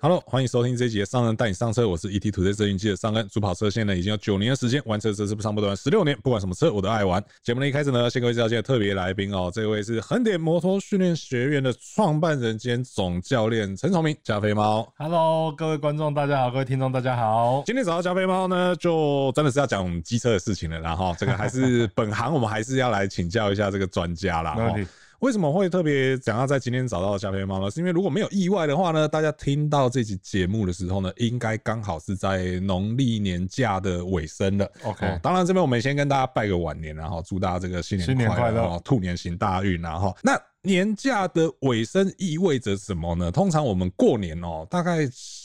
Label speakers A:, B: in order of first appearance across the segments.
A: Hello，欢迎收听这一集的《上任带你上车》，我是 ET 土车摄影记的上任主跑车，现在已经有九年的时间玩车，这是不长不短十六年，不管什么车我都爱玩。节目的一开始呢，先各位介绍今天的特别来宾哦，这位是横点摩托训练学院的创办人兼总教练陈崇明，加菲猫。
B: Hello，各位观众大家好，各位听众大家好。
A: 今天找到加菲猫呢，就真的是要讲机车的事情了啦，然后这个还是本行，我们还是要来请教一下这个专家啦。
B: 没
A: 齁
B: 问题，
A: 为什么会特别想要在今天找到加菲猫呢？是因为如果没有意外的话呢，大家听到这期节目的时候呢，应该刚好是在农历年假的尾声了。
B: OK
A: 哦当然这边我们先跟大家拜个晚年啊，然后祝大家这个新
B: 新
A: 年
B: 年
A: 快
B: 快
A: 乐，
B: 乐
A: 哦兔年行大运啊！哈，那年假的尾声意味着什么呢？通常我们过年哦，大概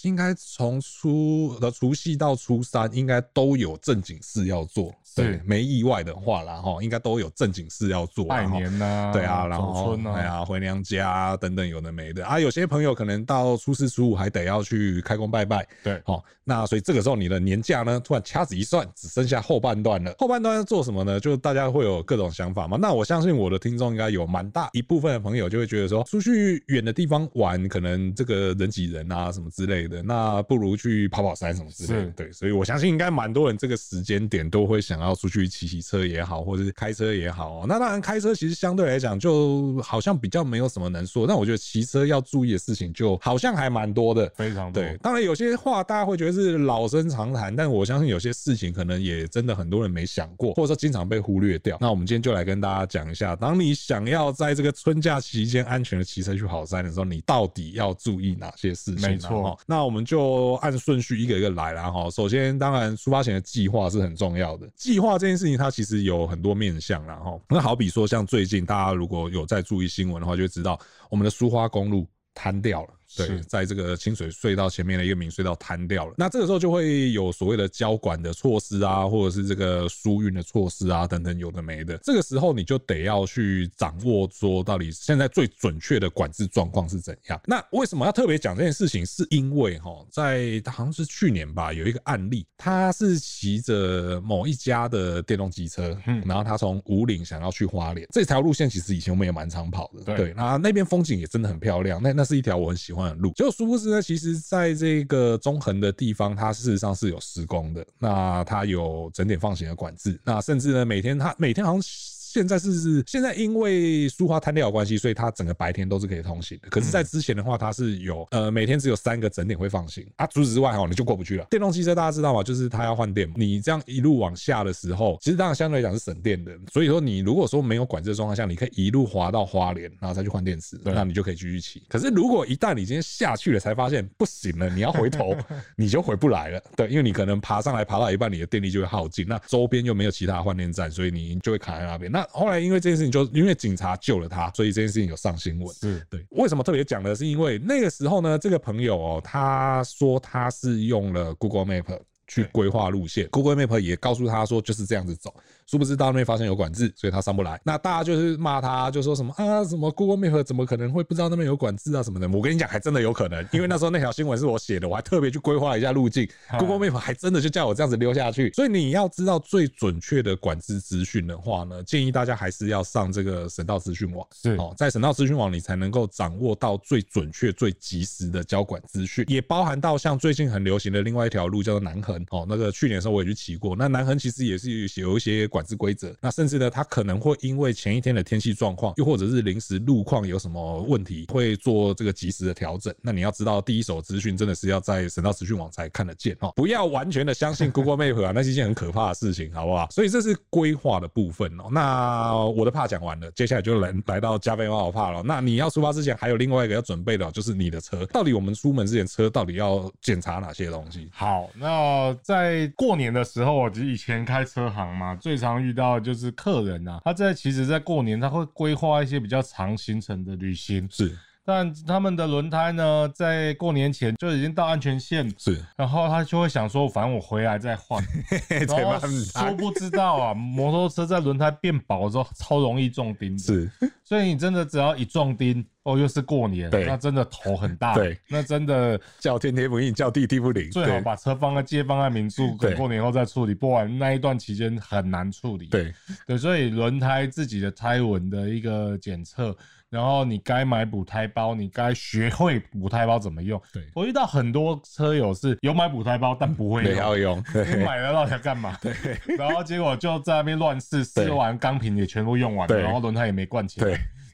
A: 应该从初的除夕到初三，应该都有正经事要做。对
B: 是，
A: 没意外的话啦，哈，应该都有正经事要做啦。
B: 拜
A: 齁
B: 年呐、
A: 对啊，然
B: 走
A: 后
B: 春
A: 哎
B: 啊，
A: 呀，回娘家啊等等，有的没的啊。有些朋友可能到初四初五还得要去开工拜拜，
B: 对
A: 好、那所以这个时候你的年假呢，突然掐指一算，只剩下后半段了。后半段要做什么呢？就大家会有各种想法嘛。那我相信我的听众应该有蛮大一部分的朋友就会觉得说，出去远的地方玩，可能这个人挤人啊什么之类的，那不如去跑跑山什么之类的
B: 是。
A: 对，所以我相信应该蛮多人这个时间点都会想要出去骑骑车也好，或者是开车也好、哦。那当然，开车其实相对来讲就好像比较没有什么能说，但我觉得骑车要注意的事情就好像还蛮多的。
B: 非常多
A: 对，当然有些话大家会觉得是老生常谈，但我相信有些事情可能也真的很多人没想过，或者说经常被忽略掉。那我们今天就来跟大家讲一下，当你想要在这个春假期间安全的骑车去跑山的时候，你到底要注意哪些事情、啊？
B: 没错
A: 齁那我们就按顺序一个一个来啦哈。首先，当然出发前的计划是很重要的。计划这件事情，它其实有很多面向啦哈。那好比说，像最近大家如果有在注意新闻的话，就会知道我们的苏花公路瘫掉了。对，
B: 是
A: 在这个清水隧道前面的一个明隧道瘫掉了，那这个时候就会有所谓的交管的措施啊，或者是这个疏运的措施啊，等等有的没的。这个时候你就得要去掌握说到底现在最准确的管制状况是怎样。那为什么要特别讲这件事情？是因为哈，在好像是去年吧，有一个案例，他是骑着某一家的电动机车，
B: 嗯
A: 然后他从五岭想要去花莲，这条路线其实以前我们也蛮常跑的，
B: 对
A: 对，那那边风景也真的很漂亮，那那是一条我很喜欢的路。就殊不知呢，其实在这个中横的地方，它事实上是有施工的，那它有整点放行的管制，那甚至呢，每天它每天好像。现在是现在因为苏花摊料的关系，所以它整个白天都是可以通行的。可是，在之前的话，它是有呃每天只有三个整点会放行啊，除此之外哦，你就过不去了。电动汽车大家知道嘛，就是它要换电嘛。你这样一路往下的时候，其实当然相对来讲是省电的。所以说，你如果说没有管制的状况下，你可以一路滑到花莲，然后再去换电池，
B: 对
A: 那你就可以继续骑。可是如果一旦你今天下去了，才发现不行了，你要回头，你就回不来了。对，因为你可能爬上来爬到一半，你的电力就会耗尽，那周边又没有其他的换电站，所以你就会卡在那边。那后来因为这件事情就，因为警察救了他，所以这件事情有上新闻。
B: 是
A: 对，为什么特别讲呢？是因为那个时候呢，这个朋友哦，他说他是用了 Google Map 去
B: 对
A: 规划路线，Google Map 也告诉他说就是这样子走，殊不知到那边发现有管制，所以他上不来。那大家就是骂他，就说什么啊，什么 Google Map 怎么可能会不知道那边有管制啊什么的？我跟你讲，还真的有可能，因为那时候那条新闻是我写的，我还特别去规划了一下路 径
B: 啊
A: ，Google Map 还真的就叫我这样子溜下去。所以你要知道最准确的管制资讯的话呢，建议大家还是要上这个省道资讯网。
B: 是
A: 哦，在省道资讯网，你才能够掌握到最准确、最及时的交管资讯，也包含到像最近很流行的另外一条路叫做南横哦，那个去年的时候我也去骑过，那南横其实也是有有一些管制规则，那甚至呢，它可能会因为前一天的天气状况，又或者是临时路况有什么问题，会做这个及时的调整。那你要知道，第一手资讯真的是要在省道资讯网才看得见哦，不要完全的相信 Google Map 啊， 那是一件很可怕的事情，好不好？所以这是规划的部分哦。那我的怕讲完了，接下来就来来到加菲猫的怕了。哦那你要出发之前，还有另外一个要准备的哦，就是你的车。到底我们出门之前，车到底要检查哪些东西？
B: 好，那在过年的时候，我以前开车行嘛，最常遇到的就是客人啊，他在其实，在过年他会规划一些比较长行程的旅行，
A: 是
B: 但他们的轮胎呢，在过年前就已经到安全线，
A: 是，
B: 然后他就会想说，反正我回来再 换，
A: 嘿
B: 然后殊不知道啊，摩托车在轮胎变薄之后超容易中钉的，
A: 是
B: 所以你真的只要一撞钉，哦，又是过年，
A: 对
B: 那真的头很大，
A: 对，
B: 那真的
A: 叫天天不应，叫地地不灵，
B: 最好把车放在街放在民宿，
A: 对
B: 等过年后再处理，不然那一段期间很难处理。
A: 对对
B: 对，所以轮胎自己的胎纹的一个检测，然后你该买补胎包，你该学会补胎包怎么用。
A: 对
B: 我遇到很多车友是有买补胎包，但不会
A: 没
B: 用。
A: 要用，
B: 你
A: 对
B: 买了到底要干嘛？ 然后结果就在那边乱试，
A: 对
B: 试完钢瓶也全部用完了，
A: 对
B: 然后轮胎也没灌起来。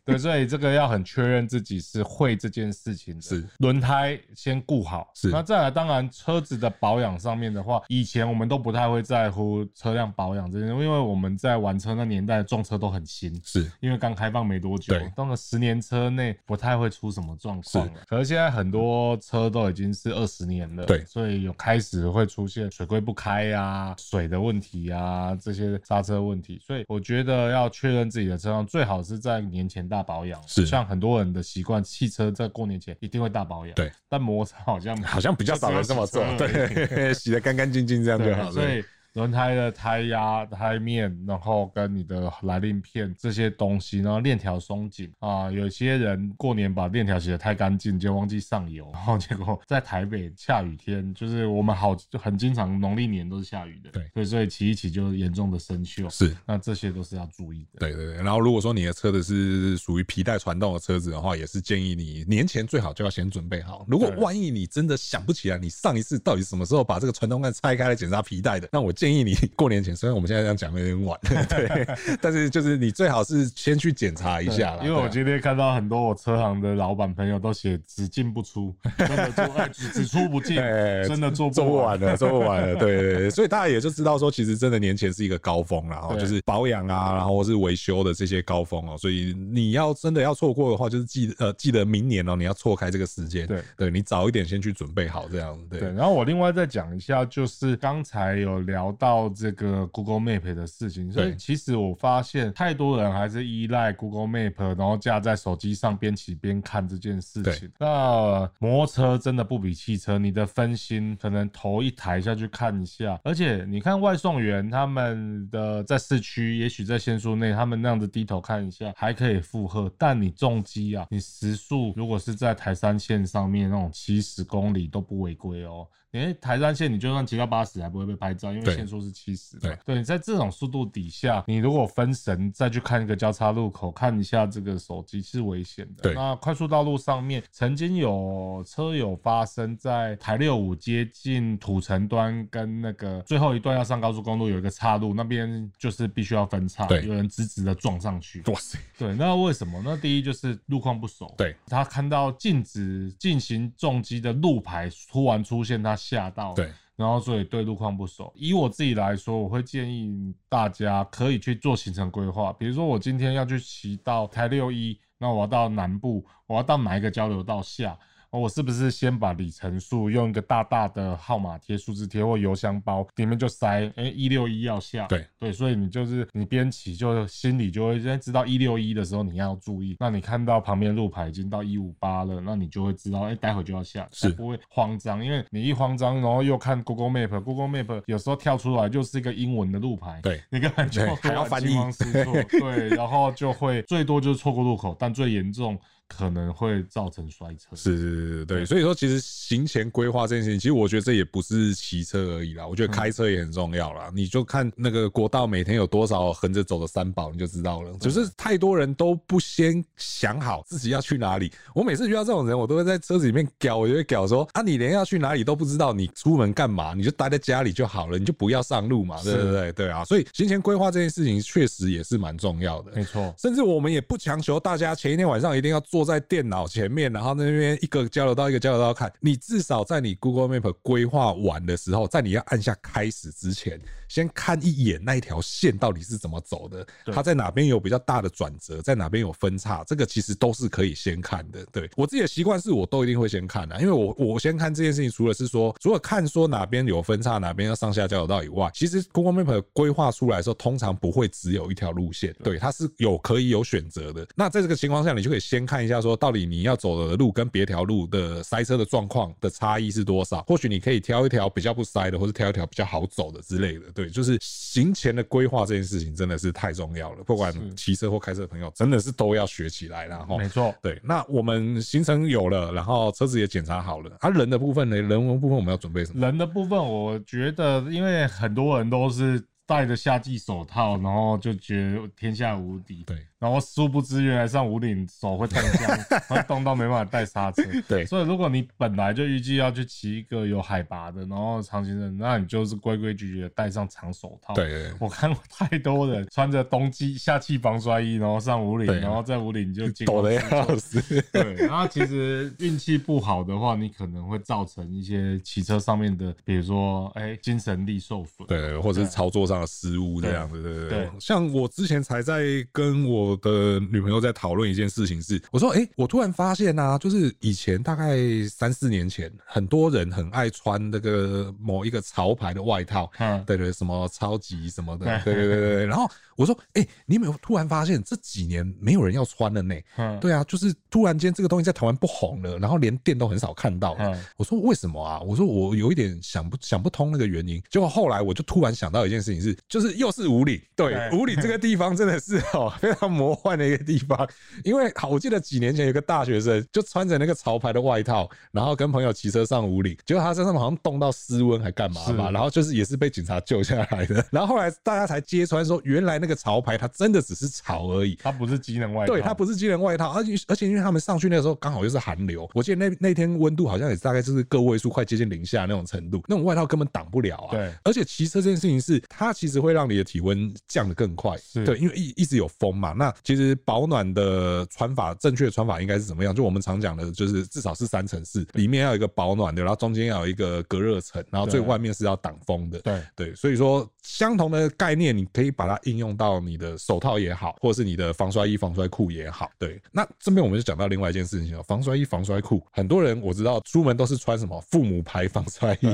A: 对，
B: 对，所以这个要很确认自己是会这件事情的，
A: 是
B: 轮胎先顾好。
A: 是
B: 那再来，当然车子的保养上面的话，以前我们都不太会在乎车辆保养这些，因为我们在玩车那年代撞车都很新。
A: 是
B: 因为刚开放没多久
A: 对，
B: 到了十年车内不太会出什么状况了
A: 是。
B: 可是现在很多车都已经是二十年了，
A: 对
B: 所以有开始会出现水柜不开呀、水的问题呀、这些刹车问题。所以我觉得要确认自己的车辆，最好是在年前大保养。
A: 是
B: 像很多人的习惯，汽车在过年前一定会大保养，
A: 对，
B: 但摩擦好像
A: 好像比较少人这么做，
B: 就只有洗车而已
A: 对， 洗的干干净净这样就好，
B: 所
A: 对
B: 以轮胎的胎压、胎面，然后跟你的来令片这些东西，然后链条松紧啊、有些人过年把链条洗得太干净，就忘记上油，然后结果在台北下雨天，就是我们好就很经常农历年都是下雨的，
A: 对
B: 对，所以骑一骑就严重的生锈，
A: 是。
B: 那这些都是要注意的。
A: 对对对，然后如果说你的车子是属于皮带传动的车子的话，也是建议你年前最好就要先准备好。如果
B: 对
A: 万一你真的想不起来你上一次到底什么时候把这个传动杆拆开来检查皮带的，那 我建议你过年前，虽然我们现在这样讲有点晚，对，但是就是你最好是先去检查一下啦。
B: 对因为
A: 对
B: 我
A: 啊
B: 今天看到很多我车行的老板朋友都写只进不出，真的做哎只只 出不进，
A: 哎
B: 真的做
A: 做
B: 不
A: 不
B: 完
A: 完。 了，做不完了，对对对，所以大家也就知道说，其实真的年前是一个高峰啦，然后
B: 对
A: 就是保养啊，然后或是维修的这些高峰哦、所以你要真的要错过的话，就是记得呃记得明年哦、你要错开这个时间，
B: 对
A: 对，你早一点先去准备好这样子，对
B: 对，然后我另外再讲一下，就是刚才有聊到这个 Google Map 的事情，所以
A: 对
B: 其实我发现太多人还是依赖 Google Map，然后架在手机上边骑边看这件事情
A: 对。
B: 那摩托车真的不比汽车，你的分心可能头一抬下去看一下，而且你看外送员他们的在市区，也许在限速内，他们那样子低头看一下还可以负荷，但你重机啊，你时速如果是在台山线上面那种七十公里都不违规哦。因为台山线你就算骑到八十还不会被拍照，因为
A: 对
B: 限速是七十。
A: 对
B: 对，你在这种速度底下，你如果分神再去看一个交叉路口，看一下这个手机是危险的。
A: 对
B: 那快速道路上面曾经有车友发生在台六五接近土城端跟那个最后一段要上高速公路有一个岔路，那边就是必须要分岔，
A: 对
B: 有人直直的撞上去。
A: 哇塞，
B: 对，那为什么？那第一就是路况不熟，
A: 对
B: 他看到禁止进行重击的路牌突然出现，他吓到，
A: 对，
B: 然后所以对路况不熟。以我自己来说，我会建议大家可以去做行程规划，比如说我今天要去骑到台六一，那我要到南部，我要到哪一个交流道下？我是不是先把里程数用一个大大的号码贴、数字贴或邮箱包里面就塞？哎，一六一要下，
A: 对
B: 对，所以你就是你边骑就心里就会哎知道一六一的时候你要注意，那你看到旁边路牌已经到一五八了，那你就会知道哎待会就要下，
A: 是
B: 才不会慌张，因为你一慌张，然后又看 Google Map，Google Map 有时候跳出来就是一个英文的路牌，
A: 对
B: 你根本就
A: 对还要
B: 突然
A: 翻译
B: 惊慌失措， 对，然后就会最多就是错过路口，但最严重可能会造成摔车，
A: 是是是是，对，所以说其实行前规划这件事情，其实我觉得这也不是骑车而已啦，我觉得开车也很重要啦。你就看那个国道每天有多少横着走的三宝，你就知道了。只是太多人都不先想好自己要去哪里。我每次遇到这种人，我都会在车子里面屌，我就会屌说啊，你连要去哪里都不知道，你出门干嘛？你就待在家里就好了，你就不要上路嘛，对
B: 是
A: 对对对啊。所以行前规划这件事情确实也是蛮重要的。
B: 没错，
A: 甚至我们也不强求大家前一天晚上一定要坐在电脑前面，然后那边一个交流道一个交流道看。你至少在你 Google Map 规划完的时候，在你要按下开始之前，先看一眼那一条线到底是怎么走的，
B: 对
A: 它在哪边有比较大的转折，在哪边有分叉，这个其实都是可以先看的。对我自己的习惯是我都一定会先看的、因为我我先看这件事情，除了是说除了看说哪边有分叉，哪边要上下交流道以外，其实 Google Map 规划出来的时候，通常不会只有一条路线，对，它是有可以有选择的。那在这个情况下，你就可以先看一下说，到底你要走的路跟别条路的塞车的状况的差异是多少？或许你可以挑一条比较不塞的，或者挑一条比较好走的之类的。对，就是行前的规划这件事情真的是太重要了，不管
B: 是
A: 骑车或开车的朋友，真的是都要学起来啦，然后
B: 没错。
A: 对，那我们行程有了，然后车子也检查好了，啊，人的部分呢？人文部分我们要准备什么？
B: 人的部分，我觉得因为很多人都是戴着夏季手套，然后就觉得天下无敌。
A: 对
B: 然后殊不知原来上五岭手会冻僵， 会冻到没办法带刹车。
A: 对
B: 所以如果你本来就预计要去骑一个有海拔的，然后长行程，那你就是规规矩矩的戴上长手套。
A: 对，对
B: 我看过太多人穿着冬季夏季防摔衣，然后上五岭，
A: 对
B: 然后在五岭就
A: 对，
B: 进
A: 抖的
B: 公司
A: 要死。
B: 对，然后其实运气不好的话，你可能会造成一些骑车上面的，比如说哎、精神力受损。
A: 对，或者是
B: 对
A: 操作上的失误这样子，对对对。
B: 对
A: 像我之前才在跟我的女朋友在讨论一件事情是，我说，哎、我突然发现啊，就是以前大概三四年前，很多人很爱穿那个某一个潮牌的外套，
B: 嗯，
A: 对对，什么超级什么 的，对
B: 对
A: 对对对对。然后我说，哎、你有没有突然发现这几年没有人要穿了呢？
B: 嗯，
A: 对啊，就是突然间这个东西在台湾不红了，然后连店都很少看到了。
B: 嗯
A: 我说为什么啊？我说我有一点想不想不通那个原因。结果后来我就突然想到一件事情是，就是又是五岭，对，
B: 对
A: 五岭这个地方真的是哦非常魔幻的一个地方。因为好，我记得几年前有个大学生就穿着那个潮牌的外套，然后跟朋友骑车上五岭，结果他身上好像冻到失温还干嘛
B: 是
A: 吧，然后就是也是被警察救下来的。然后后来大家才揭穿说，原来那个潮牌它真的只是潮而已，
B: 它不是机能外套，
A: 对，它不是机能外套，而且而且因为他们上去那个时候刚好又是寒流，我记得那那天温度好像也大概就是个位数，快接近零下那种程度，那种外套根本挡不了啊。
B: 对
A: 而且骑车这件事情是，它其实会让你的体温降得更快，
B: 是
A: 对，因为一一直有风嘛。那其实保暖的穿法，正确的穿法应该是怎么样？就我们常讲的，就是至少是三层式，里面要有一个保暖的，然后中间要有一个隔热层，然后最
B: 对
A: 外面是要挡风的。
B: 对。
A: 对，所以说相同的概念，你可以把它应用到你的手套也好，或者是你的防摔衣、防摔裤也好。对，那这边我们就讲到另外一件事情了，防摔衣、防摔裤，很多人我知道出门都是穿什么父母牌防摔衣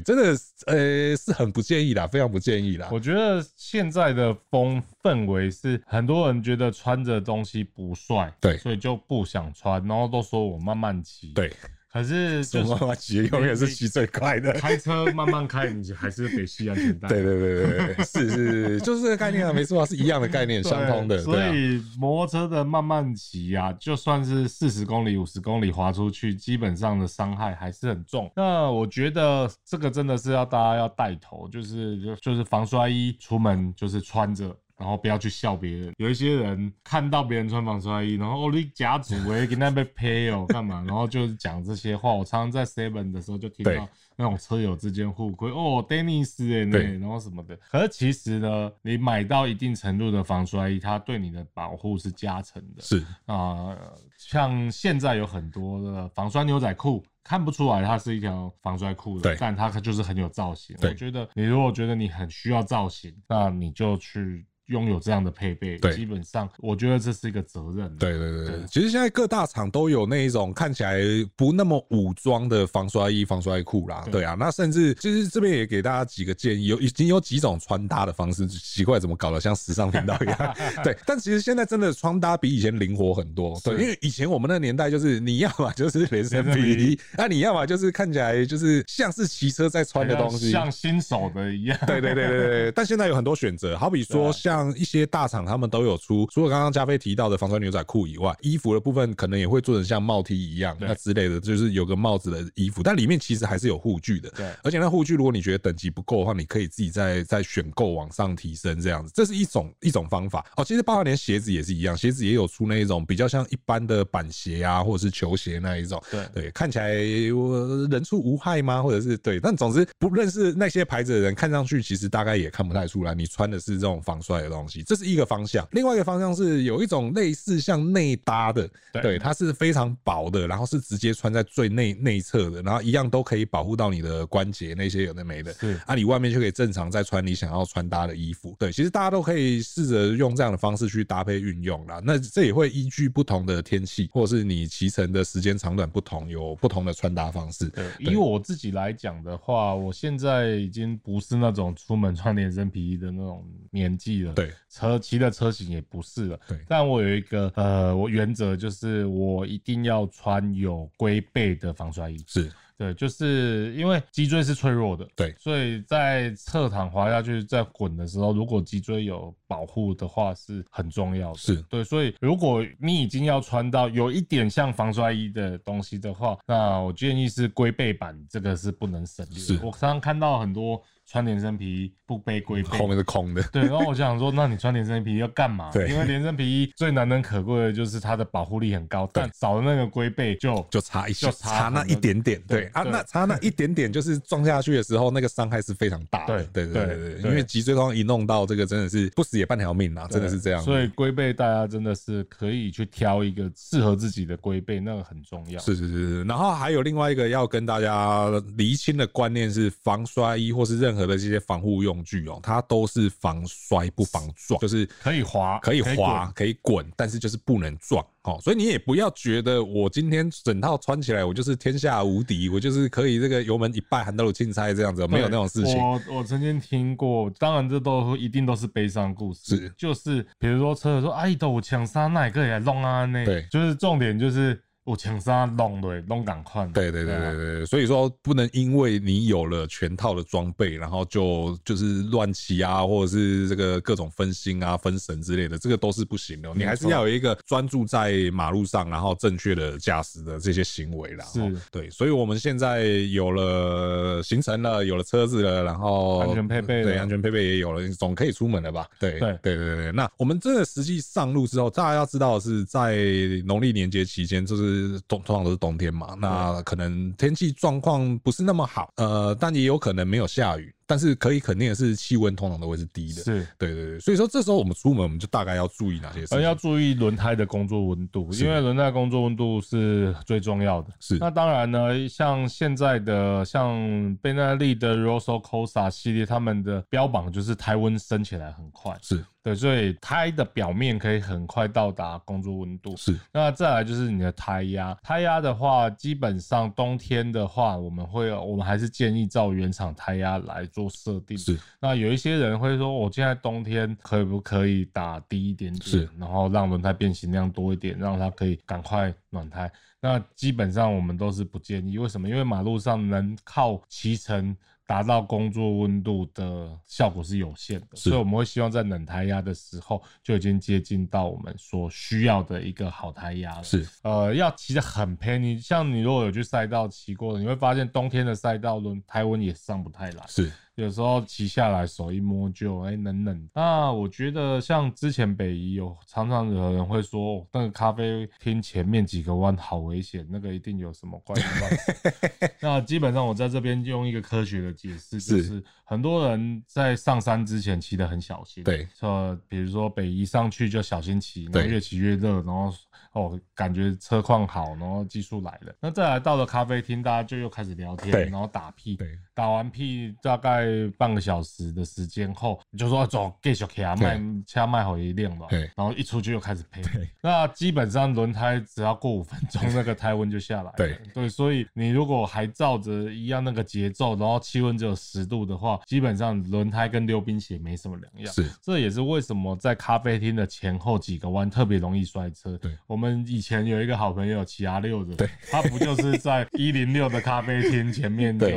A: 对，真的呃是很不建议啦，非常不建议啦。
B: 我觉得现在的风氛围是很多人觉得穿着东西不帅，
A: 对
B: 所以就不想穿，然后都说我慢慢骑，。
A: 对，
B: 可是
A: 我
B: 就
A: 妈
B: 是
A: 妈骑永远是骑最快 的。
B: 开车慢慢开，你还是得系安全 带。
A: 对对对对对，是是是，就是这个概念啊，没错啊，是一样的概念，
B: 对
A: 相通的，
B: 所
A: 对啊，
B: 以摩托车的慢慢骑啊，就算是四十公里、五十公里滑出去，基本上的伤害还是很重。那我觉得这个真的是要大家要带头，就是就就是防摔衣，出门就是穿着。然后不要去笑别人，有一些人看到别人穿防摔衣，然后哦你假主哎，给那被呸哦干嘛，然后就是讲这些话。我常常在 Seven 的时候就听
A: 对
B: 到那种车友之间互亏哦，Dennis 哎、
A: 对
B: 然后什么的。可是其实呢，你买到一定程度的防摔衣，它对你的保护是加成的。
A: 是
B: 啊、像现在有很多的防摔牛仔裤，看不出来它是一条防摔裤的，
A: 对
B: 但它就是很有造型。
A: 对
B: 我觉得你如果觉得你很需要造型，那你就去拥有这样的配备。
A: 对
B: 基本上我觉得这是一个责任。啊
A: 对对对对
B: 对，
A: 其实现在各大厂都有那一种看起来不那么武装的防摔衣、防摔裤啦。
B: 对
A: 对啊，那甚至其实这边也给大家几个建议，有已经有几种穿搭的方式，奇怪怎么搞得像时尚频道一样。对，但其实现在真的穿搭比以前灵活很多。对，
B: 是
A: 因为以前我们那年代就是你要么就是连身
B: 连身
A: 皮
B: 皮
A: 衣，那你要么就是看起来就是像是骑车在穿的东西，
B: 啊像新手的一样。
A: 对对对对对，但现在有很多选择，好比
B: 对
A: 说
B: 啊
A: 像一些大厂，他们都有出，除了刚刚加菲提到的防摔牛仔裤以外，衣服的部分可能也会做成像帽 T 一样
B: 对
A: 那之类的，就是有个帽子的衣服，但里面其实还是有护具的。
B: 对
A: 而且那护具如果你觉得等级不够的话，你可以自己再再选购往上提升这样子，这是一种一种方法哦。其实包括连鞋子也是一样，鞋子也有出那一种比较像一般的板鞋啊，或者是球鞋那一种，
B: 对
A: 对，看起来我人畜无害吗？或者是对，但总之不认识那些牌子的人，看上去其实大概也看不太出来你穿的是这种防摔的东西，这是一个方向。另外一个方向是有一种类似像内搭的，
B: 对
A: 对，它是非常薄的，然后是直接穿在最内内侧的，然后一样都可以保护到你的关节那些有的没的。
B: 是
A: 啊，你外面就可以正常再穿你想要穿搭的衣服。对，其实大家都可以试着用这样的方式去搭配运用啦。那这也会依据不同的天气，或者是你骑乘的时间长短不同，有不同的穿搭方式。
B: 对，以我自己来讲的话，我现在已经不是那种出门穿连身皮衣的那种年纪了。
A: 对，
B: 车骑的车型也不是了。
A: 对
B: 但我有一个呃，我原则就是我一定要穿有龟背的防摔衣。
A: 是
B: 对，就是因为脊椎是脆弱的，
A: 对
B: 所以在侧躺滑下去，在滚的时候，如果脊椎有保护的话，是很重要的。
A: 是
B: 对，所以如果你已经要穿到有一点像防摔衣的东西的话，那我建议是龟背板，这个是不能省略的。
A: 是
B: 我常常看到很多。穿连身皮衣，不背龟背
A: 后。面是空的。
B: 对，然后我就想说，那你穿连身皮衣要干嘛？
A: 对
B: 因为连身皮衣最难能可贵的就是它的保护力很高，但少了那个龟背就
A: 就差一小
B: 就差
A: 差那一点点，
B: 对
A: 对啊，
B: 对
A: 那差那一点点，就是撞下去的时候，那个伤害是非常大的。
B: 对
A: 对对
B: 对
A: 对
B: 对
A: 对对，因为脊椎痛一弄到这个，真的是不死也半条命啊，真的是这样。
B: 所以龟背大家真的是可以去挑一个适合自己的龟背，那个很重要。
A: 是是是是，然后还有另外一个要跟大家厘清的观念是，防摔衣或是任何的这些防护用具哦，它都是防摔不防撞，就是
B: 可以滑
A: 可以
B: 可以
A: 滑、可以滚，但是就是不能撞哦。所以你也不要觉得我今天整套穿起来，我就是天下无敌，我就是可以这个油门一拜韩德鲁钦差这样子哦，没有那种事情。
B: 我我曾经听过，当然这都一定都是悲伤故事，
A: 是
B: 就是比如说车子说哎，都有枪杀那一个也弄啊那，
A: 对
B: 就是重点就是我枪杀弄对弄赶快，
A: 对对对
B: 啊
A: 对对对，所以说不能因为你有了全套的装备，然后就就是乱骑啊，或者是这个各种分心啊、分神之类的，这个都是不行的。你还是要有一个专注在马路上，然后正确的驾驶的这些行为啦。
B: 是
A: 哦对，所以我们现在有了行程了，有了车子了，然后
B: 安全配备了
A: 对安全配备也有了，你总可以出门了吧？对
B: 对
A: 对对对，那我们真的实际上路之后，大家要知道的是在农历年节期间，就是冬通常都是冬天嘛，那可能天气状况不是那么好，呃，但也有可能没有下雨，但是可以肯定的是气温通常都会是低的。
B: 是。
A: 对对对，所以说这时候我们出门，我们就大概要注意哪些事情。
B: 而呃要注意轮胎的工作温度，因为轮胎工作温度是最重要的。
A: 是
B: 那当然呢，像现在的像贝耐利的 Rosso Cosa 系列，他们的标榜就是胎温升起来很快，
A: 是
B: 对，所以胎的表面可以很快到达工作温度。
A: 是
B: 那再来就是你的胎压，胎压的话，基本上冬天的话，我们会我们还是建议照原厂胎压来做设定。
A: 是，
B: 那有一些人会说，我现在冬天可不可以打低一点点，
A: 是
B: 然后让轮胎变形量多一点，让它可以赶快暖胎。那基本上我们都是不建议，为什么？因为马路上能靠骑乘达到工作温度的效果是有限的，
A: 是
B: 所以我们会希望在冷胎压的时候就已经接近到我们所需要的一个好胎压了。
A: 是
B: 呃，要骑得很偏，你像你如果有去赛道骑过的，你会发现冬天的赛道轮胎温也上不太来，
A: 是
B: 有时候骑下来手一摸就哎冷冷。那我觉得像之前北宜有常常有人会说，哦那个咖啡厅前面几个弯好危险，那个一定有什么怪怪。 那基本上我在这边用一个科学的解释，就是是很多人在上山之前骑得很小心，
A: 对，
B: 呃，比如说北宜上去就小心骑，然后
A: 对
B: 越骑越热，然后哦感觉车况好，然后技术来了。那再来到了咖啡厅，大家就又开始聊
A: 对
B: 天，然后打屁，
A: 对
B: 打完屁大概半个小时的时间后，你就说哦走，继续开卖车卖好一辆吧
A: 对，
B: 然后一出去又开始配
A: 对。
B: 那基本上轮胎只要过五分钟，那个胎温就下来了。
A: 对
B: 对，所以你如果还照着一样那个节奏，然后气温只有十度的话，基本上轮胎跟溜冰鞋没什么两样。
A: 是
B: 这也是为什么在咖啡厅的前后几个弯特别容易摔车。
A: 对，
B: 我们以前有一个好朋友骑 R 六的，
A: 对，
B: 他不就是在一零六的咖啡厅前面
A: 对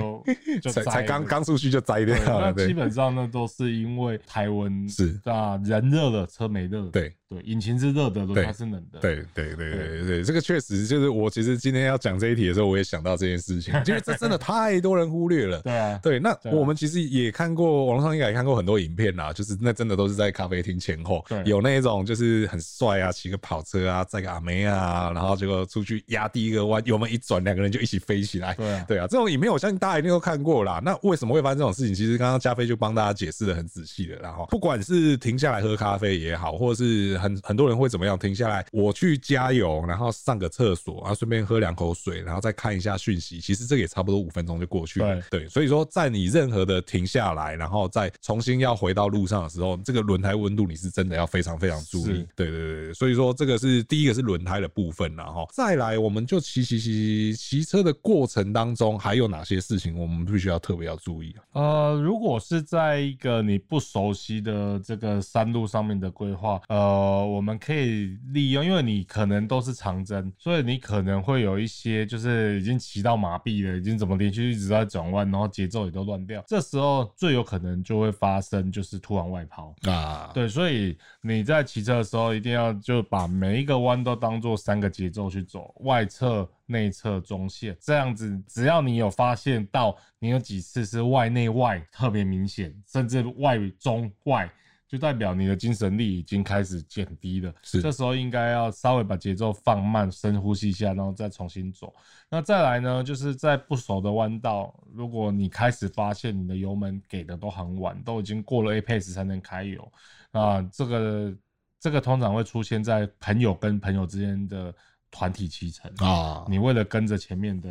B: 就就
A: 才
B: 栽
A: 才
B: 了
A: 刚刚出去就摘
B: 对
A: 掉
B: 那
A: 了，
B: 基
A: 对
B: 本上那都是因为台温
A: 是
B: 啊，人热了，车没热。
A: 对
B: 对，引擎是热的，轮
A: 对
B: 胎是冷的。
A: 对对对对对，这个确实就是我其实今天要讲这一题的时候，我也想到这件事情，因为这真的太多人忽略了。
B: 对啊，
A: 对，那
B: 对啊
A: 我们其实也看过，网络上应该也看过很多影片啦，啊就是那真的都是在咖啡厅前后
B: 对，
A: 有那种就是很帅啊，骑个跑车啊，载个阿梅啊，然后结果出去压第一个弯，油门一转，两个人就一起飞起来。
B: 对啊
A: 对啊，这种影片我相信大家一定都看过啦。那为什么会发生这种事情？其实刚刚加菲就帮大家解释的很仔细了啦齁。然后不管是停下来喝咖啡也好，或者是很很多人会怎么样，停下来我去加油，然后上个厕所，然后顺便喝两口水，然后再看一下讯息。其实这个也差不多五分钟就过去了。对，所以说在你任何的停下来，然后再重新要回到路上的时候，这个轮胎温度你是真的要非常非常注
B: 是
A: 意。对对对对，所以说这个是第一个是轮胎的部分啦，然后再来我们就骑骑骑骑车的过程当中，还有哪些事情我们必须要特别要注意啊？
B: 呃，如果是在一个你不熟悉的这个山路上面的规划，呃，我们可以利用，因为你可能都是长针，所以你可能会有一些就是已经骑到麻痹了，已经怎么连续一直在转弯，然后节奏也都乱掉，这时候最有可能就会发生就是突然外抛。
A: 啊，
B: 对，所以你在骑车的时候，一定要就把每一个弯都当做三个节奏去走，外侧、内侧中线，这样子只要你有发现到你有几次是外内外特别明显，甚至外中外。就代表你的精神力已经开始减低了，
A: 是
B: 这时候应该要稍微把节奏放慢，深呼吸一下，然后再重新走。那再来呢，就是在不熟的弯道，如果你开始发现你的油门给的都很晚，都已经过了 A pace 才能开油，啊，这个这个通常会出现在朋友跟朋友之间的团体骑乘
A: 啊，
B: 你为了跟着前面的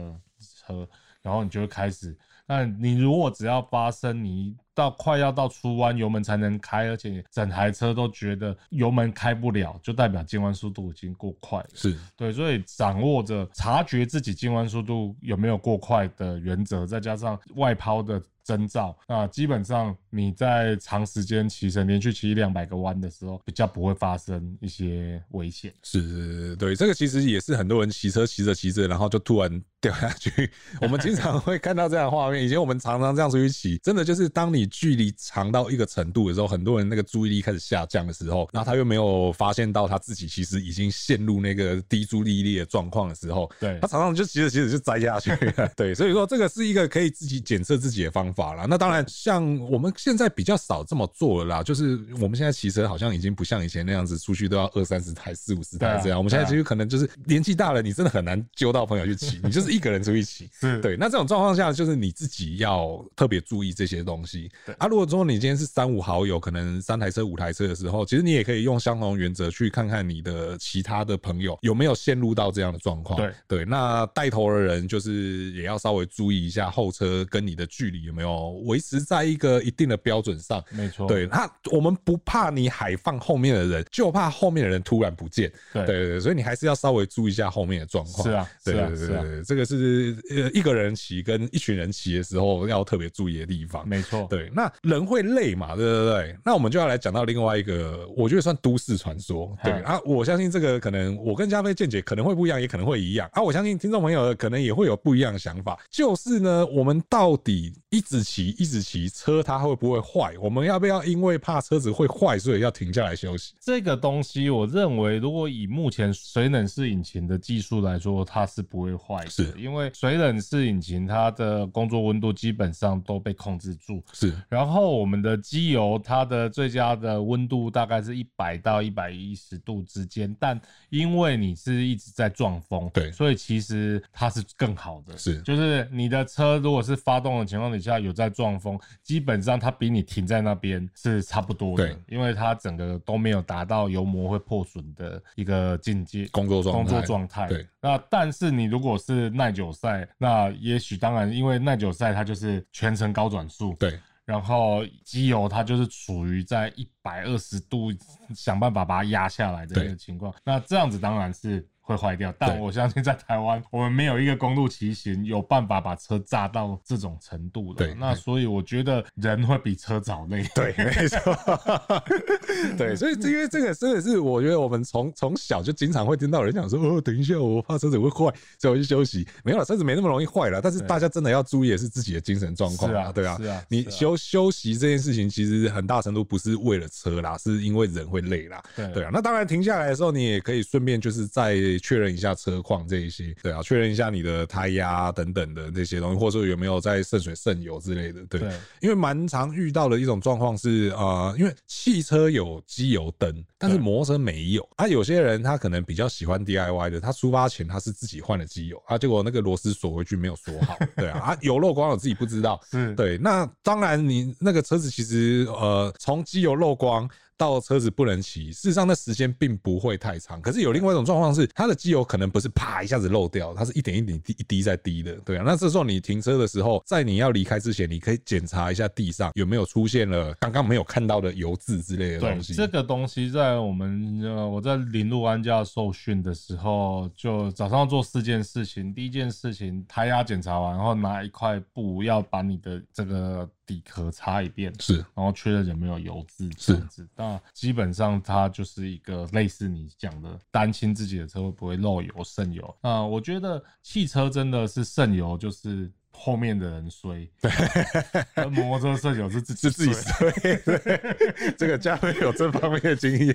B: 车，然后你就会开始。那你如果只要发生你到快要到出弯油门才能开，而且整台车都觉得油门开不了，就代表进弯速度已经过快了。
A: 是
B: 对，所以掌握着察觉自己进弯速度有没有过快的原则，再加上外抛的征兆，那基本上你在长时间骑乘，连续骑一两百个弯的时候，比较不会发生一些危险。
A: 是是是是，对，这个其实也是很多人骑车骑着骑着，然后就突然 掉下去。我们经常会看到这样的画面。以前我们常常这样出去骑，真的就是当你距离长到一个程度的时候，很多人那个注意力开始下降的时候，然后他又没有发现到他自己其实已经陷入那个低注意力的状况的时候，
B: 对
A: 他，常常就骑着骑着就栽下去了。 对，所以说这个是一个可以自己检测自己的方法啦。那当然，像我们现在比较少这么做了啦，就是我们现在骑车好像已经不像以前那样子，出去都要二三十台、四五十台这
B: 对啊
A: 样。我们现在
B: 对啊
A: 其实可能就是年纪大了，你真的很难揪到朋友去骑，你就是一个人出去骑。
B: 是，
A: 对，那这种状况下，就是你自己要特别注意这些东西
B: 对。
A: 啊，如果说你今天是三五好友，可能三台车、五台车的时候，其实你也可以用相同原则去看看你的其他的朋友有没有陷入到这样的状况。
B: 对
A: 对，那带头的人就是也要稍微注意一下后车跟你的距离有没有维持在一个一定的标准上。
B: 没错，
A: 对，那我们不怕你海放后面的人，就怕后面的人突然不见。
B: 对
A: 对对对，所以你还是要稍微注意一下后面的状况。
B: 是啊，
A: 对
B: 是啊，
A: 对对
B: 是啊
A: 对，，对这个是呃一个人骑跟一群人骑的时候要特别注意的地方。
B: 没错，
A: 对，那人会累嘛，对对对。那我们就要来讲到另外一个，我觉得算都市传说。对
B: 嗯
A: 啊，我相信这个可能我跟加菲见解可能会不一样，也可能会一样啊。我相信听众朋友可能也会有不一样的想法，就是呢，我们到底一直骑一直骑车，它会不会坏？我们要不要因为怕车子会坏，所以要停下来休息？
B: 这个东西，我认为如果以目前水冷式引擎的技术来说，它是不会坏的，
A: 是
B: 因为水冷式引擎它的工作温度基本上都被控制住，
A: 是
B: 然后我们的机油它的最佳的温度大概是一百到一百一十度之间，但因为你是一直在撞风，
A: 对
B: 所以其实它是更好的，
A: 是
B: 就是你的车如果是发动的情况底下有在撞风，基本上它比你停在那边是差不多的
A: 对，
B: 因为它整个都没有达到油膜会破损的一个境界。
A: 工作状态，
B: 工作状态。
A: 对，
B: 那但是你如果是耐久赛，那也许当然，因为耐久赛它就是全程高转速，
A: 对，
B: 然后机油它就是处于在一百二十度，想办法把它压下来的一个
A: 对
B: 情况。那这样子当然是会坏掉，但
A: 对
B: 我相信在台湾，我们没有一个公路骑行有办法把车炸到这种程度的。
A: 对
B: 那所以我觉得人会比车早累。
A: 对，没错， 对，所以这因为这个真的是，我觉得我们从从小就经常会听到有人讲说，哦，等一下，我怕车子会坏，所以我去休息。没有了，车子没那么容易坏了，但是
B: 对
A: 大家真的要注意的是自己的精神状况
B: 是啊
A: 对啊
B: 是啊，
A: 你
B: 是啊
A: 休休息这件事情，其实很大程度不是为了车啦，是因为人会累啦。
B: 对
A: 对啊，那当然停下来的时候，你也可以顺便就是再确认一下车况这一些，对啊，确认一下你的胎压等等的这些东西，或者说有没有在渗水渗油之类的，对。
B: 对
A: 因为蛮常遇到的一种状况是，呃，因为汽车有机油灯，但是
B: 对
A: 摩托车没有。啊，有些人他可能比较喜欢 DIY 的，他出发前他是自己换了机油，啊，结果那个螺丝锁回去没有锁好，对啊，啊，油漏光了自己不知道，
B: 是，
A: 对，那当然，你那个车子其实呃，从机油漏光到车子不能骑，事实上那时间并不会太长。可是有另外一种状况是，它的机油可能不是啪一下子漏掉，它是一点一点滴一滴在滴的。对啊，那这时候你停车的时候，在你要离开之前，你可以检查一下地上有没有出现了刚刚没有看到的油渍之类的
B: 对
A: 东西。
B: 这个东西，在我们呃，我在林路安家受训的时候，就早上做四件事情。第一件事情，胎压检查完然后，拿一块布要把你的这个底壳擦一遍，
A: 是
B: 然后确认有没有油渍。
A: 是
B: 这样子，那基本上它就是一个类似你讲的担心自己的车会不会漏油、渗油。那我觉得汽车真的是渗油，就是后面的人衰，而摩托车有是自己
A: 是 自己
B: 衰。
A: 衰。对，这个嘉瑞有这方面的经验。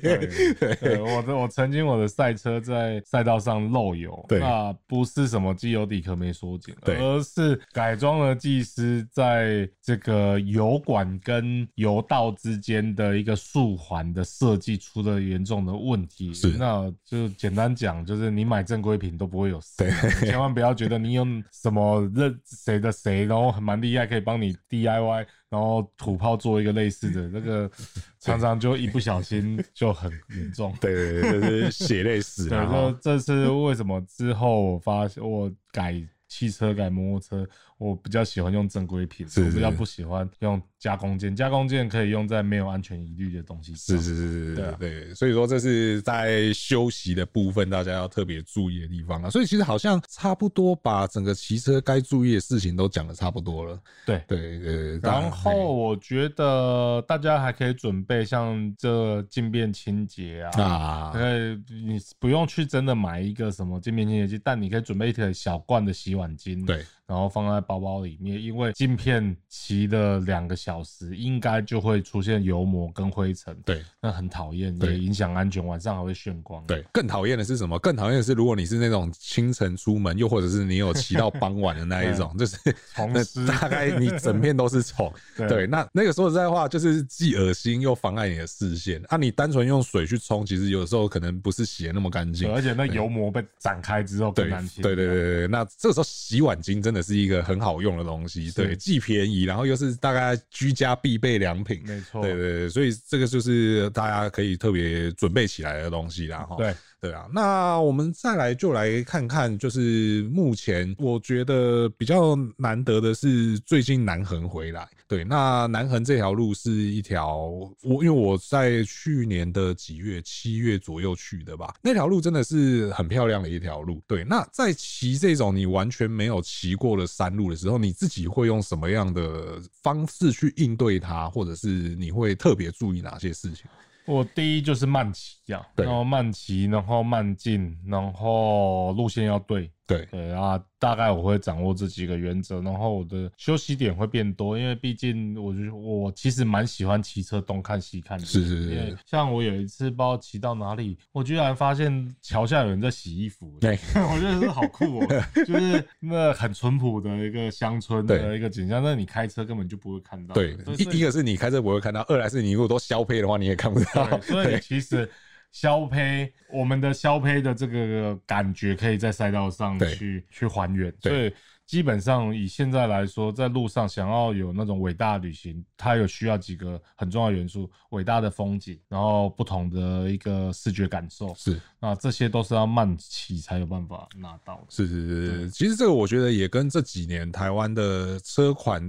B: 对，我的我曾经我的赛车在赛道上漏油，
A: 对
B: 那不是什么机油底壳没缩紧，
A: 对
B: 而是改装的技师在这个油管跟油道之间的一个束环的设计出了严重的问题。
A: 是
B: 那就简单讲，就是你买正规品都不会有事啊，你千万不要觉得你用什么认谁的谁，然后很蛮厉害，可以帮你 DIY。然后土炮做一个类 似的，那个常常就一不小心就很严重。
A: 对对对，这是血泪史
B: 对，
A: 啊！
B: 说
A: 哈
B: 这次为什么之后我发现我改汽车改摩托车，我比较喜欢用正规品，
A: 是
B: 我比较
A: 是
B: 不喜欢用加工件。加工件可以用在没有安全疑虑的东西
A: 是
B: 上。
A: 是是是
B: 哦对
A: 是
B: 啊，
A: 对，所以说这是在休息的部分，大家要特别注意的地方啊。所以其实好像差不多把整个骑车该注意的事情都讲的差不多了。
B: 对。
A: 对对，当
B: 然后我觉得大家还可以准备像这镜变清洁啊，
A: 啊，
B: 呃，你不用去真的买一个什么镜片清洁剂，但你可以准备一个小罐的洗碗巾，
A: 对，
B: 然后放在包包里面，因为镜片骑了两个小时，应该就会出现油膜跟灰尘，
A: 对
B: 那很讨厌，也
A: 对
B: 影响安全，晚上还会眩光。
A: 对，更讨厌的是什么？更讨厌的是，如果你是那种清晨出门，又或者是你有骑到傍晚的那一 种，就是
B: 虫
A: 那
B: 师
A: 大概你整片都是虫。
B: 对
A: 对，那那个说实在话，就是既恶心又妨碍你的视线。啊，你单纯用水去冲，其实有时候可能不是洗的那么干
B: 对，
A: 净。
B: 而且那油膜被展开之后更
A: 对
B: 难清。啊
A: 对对对对，对那这个时候洗碗巾真的是一个很好用的东西，对，既便宜，然后又是大概居家必备良品。
B: 没错，
A: 对对对，所以这个就是大家可以特别准备起来的东西啦，哈。
B: 对
A: 对啊，那我们再来就来看看，就是目前我觉得比较难得的是最近南横回来。对，那南横这条路是一条我因为我在去年的几月七月左右去的吧，那条路真的是很漂亮的一条路。对，那在骑这种你完全没有骑过的山路的时候，你自己会用什么样的方式去应对它，或者是你会特别注意哪些事情？
B: 我第一就是慢骑啊，
A: 对
B: 然后慢骑，然后慢进，然后路线要对，
A: 对
B: 对啊，大概我会掌握这几个原则，然后我的休息点会变多，因为毕竟我就我其实蛮喜欢骑车东看西看的。
A: 是是是
B: 因为
A: 是，
B: 像我有一次不知道骑到哪里，我居然发现桥下有人在洗衣服，
A: 对
B: 我觉得是好 酷哦，就是那很淳朴的一个乡村的
A: 对
B: 一个景象，那你开车根本就不会看到。
A: 对，
B: 啊所以
A: 一一个是你开车不会看到，二来是你如果都消配的话，你也看不到
B: 对，。所以其实消胚，我们的消胚的这个感觉可以在赛道上
A: 对
B: 去去还原，
A: 对
B: 所以基本上以现在来说，在路上想要有那种伟大的旅行，它有需要几个很重要的元素：伟大的风景，然后不同的一个视觉感受，
A: 是
B: 那这些都是要慢骑才有办法拿到的。
A: 是是是是，其实这个我觉得也跟这几年台湾的车款，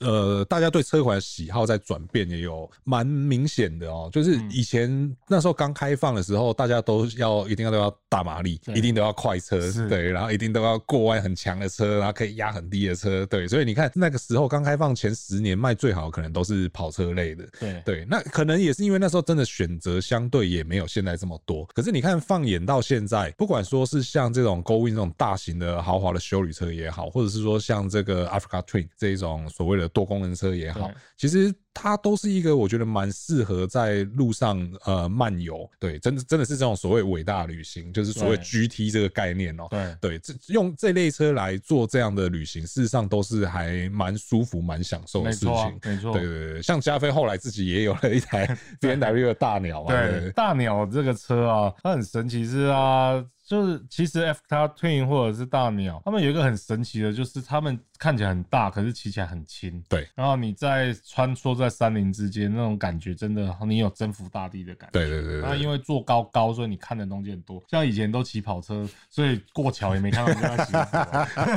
A: 呃，大家对车款的喜好在转变也有蛮明显的哦。就是
B: 嗯
A: 以前那时候刚开放的时候，大家都要一定要都要大马力，
B: 对
A: 一定都要快车
B: 是，
A: 对，然后一定都要过弯很强的车，然后可以压很低的车，对。所以你看那个时候刚开放前十年卖最好的可能都是跑车类的，
B: 对
A: 对，那可能也是因为那时候真的选择相对也没有现在这么多。可是你看，放眼到现在，不管说是像这种 Go In 这种大型的豪华的修理车也好，或者是说像这个 Africa Twin 这一种所谓的多功能车也好
B: 对，
A: 其实它都是一个我觉得蛮适合在路上呃漫游。对，真的真的是这种所谓伟大旅行，就是所谓
B: 对
A: GT 这个概念哦、
B: 对。
A: 对，这用这类车来做这样的旅行，事实上都是还蛮舒服、蛮享受
B: 没
A: 的事
B: 错啊
A: 情，。
B: 没错，
A: 对对对，像加菲后来自己也有了一 台 B N W 的大鸟嘛，
B: 对，
A: 对
B: 大鸟这个车啊，它很神奇是啊，就是其实 F 它 Twin 或者是大鸟，它们有一个很神奇的，就是它们看起来很大，可是骑起来很轻。
A: 对，
B: 然后你在穿梭在山林之间，那种感觉真的，你有征服大地的感觉。
A: 对对对
B: 那
A: 对
B: 啊因为坐高高，所以你看的东西很多。像以前都骑跑车，所以过桥也没看到人家在骑什么。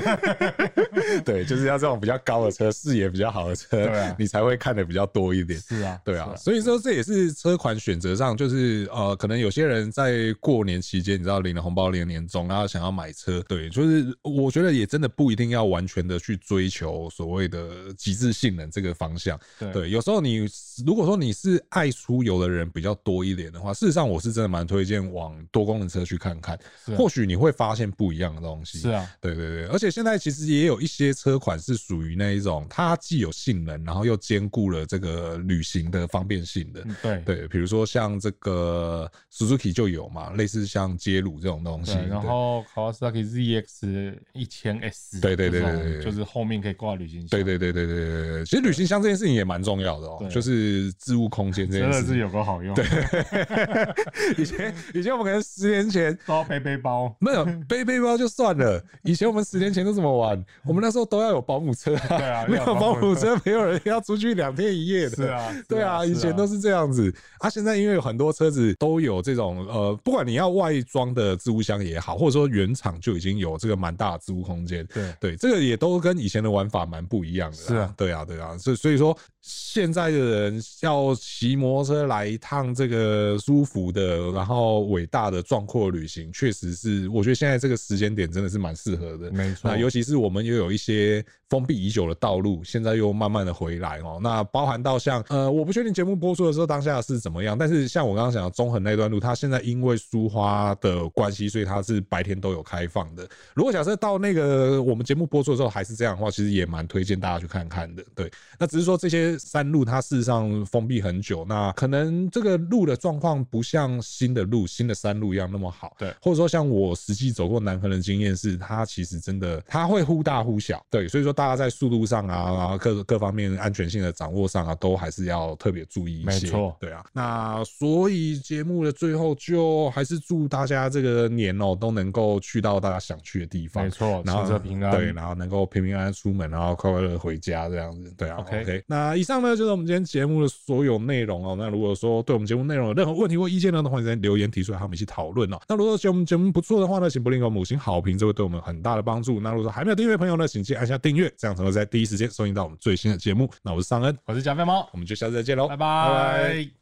A: 对，对，就是要这种比较高的车，视野比较好的车
B: 对啊，
A: 你才会看的比较多一点。
B: 是啊，
A: 对
B: 是
A: 啊，所以说这也是车款选择上，就是呃，可能有些人在过年期间，你知道领了红包包年年终，然后想要买车，对，就是我觉得也真的不一定要完全的去追求所谓的极致性能这个方向。
B: 对
A: 对，有时候你如果说你是爱出游的人比较多一点的话，事实上我是真的蛮推荐往多功能车去看看，
B: 是啊
A: 或许你会发现不一样的东西。
B: 是啊，
A: 对对对，而且现在其实也有一些车款是属于那一种，它既有性能，然后又兼顾了这个旅行的方便性的。
B: 嗯对
A: 对，比如说像这个 Suzuki 就有嘛，类似像街鲁这种东西。
B: 对，然后 Kawasaki ZX 一千 S，
A: 对对对对对对
B: 就是后面可以挂旅行箱，
A: 对对对对对对对对，其实旅行箱这件事情也蛮重要的哦
B: 对，
A: 就是置物空间这
B: 真
A: 件
B: 的
A: 事
B: 是
A: 情。
B: 有个好用，对，
A: 以前以前我们可能十年前
B: 都要背背包，
A: 没有背背包就算了，以前我们十年前都怎么玩？我们那时候都要有保姆车啊，
B: 对啊，
A: 没
B: 要
A: 有
B: 有
A: 保姆车，没有人要出去两天一夜的。
B: 是啊，是
A: 对啊，以前都
B: 是
A: 是这样子啊。现在因为有很多车子都有这种呃，不管你要外装的置物箱也好，或者说原厂就已经有这个蛮大的置物空间。
B: 对
A: 对，这个也都跟以前的玩法蛮不一样的啦。
B: 是啊
A: 对啊，对啊。所以所以说，现在的人要骑摩托车来一趟这个舒服的，然后伟大的壮阔旅行，确实是我觉得现在这个时间点真的是蛮适合的。
B: 没错
A: 那，尤其是我们又有一些封闭已久的道路，现在又慢慢的回来哦。那包含到像呃，我不确定节目播出的时候当下是怎么样，但是像我刚刚讲的中横那段路，它现在因为苏花的关系，所以它是白天都有开放的。如果假设到那个我们节目播出的时候还是这样的话，其实也蛮推荐大家去看看的。对，那只是说这些山路它事实上封闭很久，那可能这个路的状况不像新的路、新的山路一样那么好。
B: 对
A: 或者说像我实际走过南横的经验是，它其实真的它会忽大忽小。对，所以说大家在速度上啊，然后各各方面安全性的掌握上啊，都还是要特别注意一些。
B: 没错
A: 对啊。那所以节目的最后就还是祝大家这个年哦、都能够去到大家想去的地方。
B: 没错，
A: 然后
B: 行车平安，
A: 对，然后能够平平安安出门，然后快快乐乐回家这样子，对啊
B: OK
A: 那以上呢就是我们今天节目的所有内容哦。那如果说对我们节目内容有任何问题或意见呢，都欢迎在留言提出来，和我们一起讨论哦。那如果觉得我们节目不错的话呢，请不吝给我们五星好评，这会对我们很大的帮助。那如果说还没有订阅的朋友呢，请记得按下订阅，这样才能在第一时间收听到我们最新的节目。那我是尚恩，
B: 我是加菲猫，
A: 我们就下次再见喽，
B: 拜拜。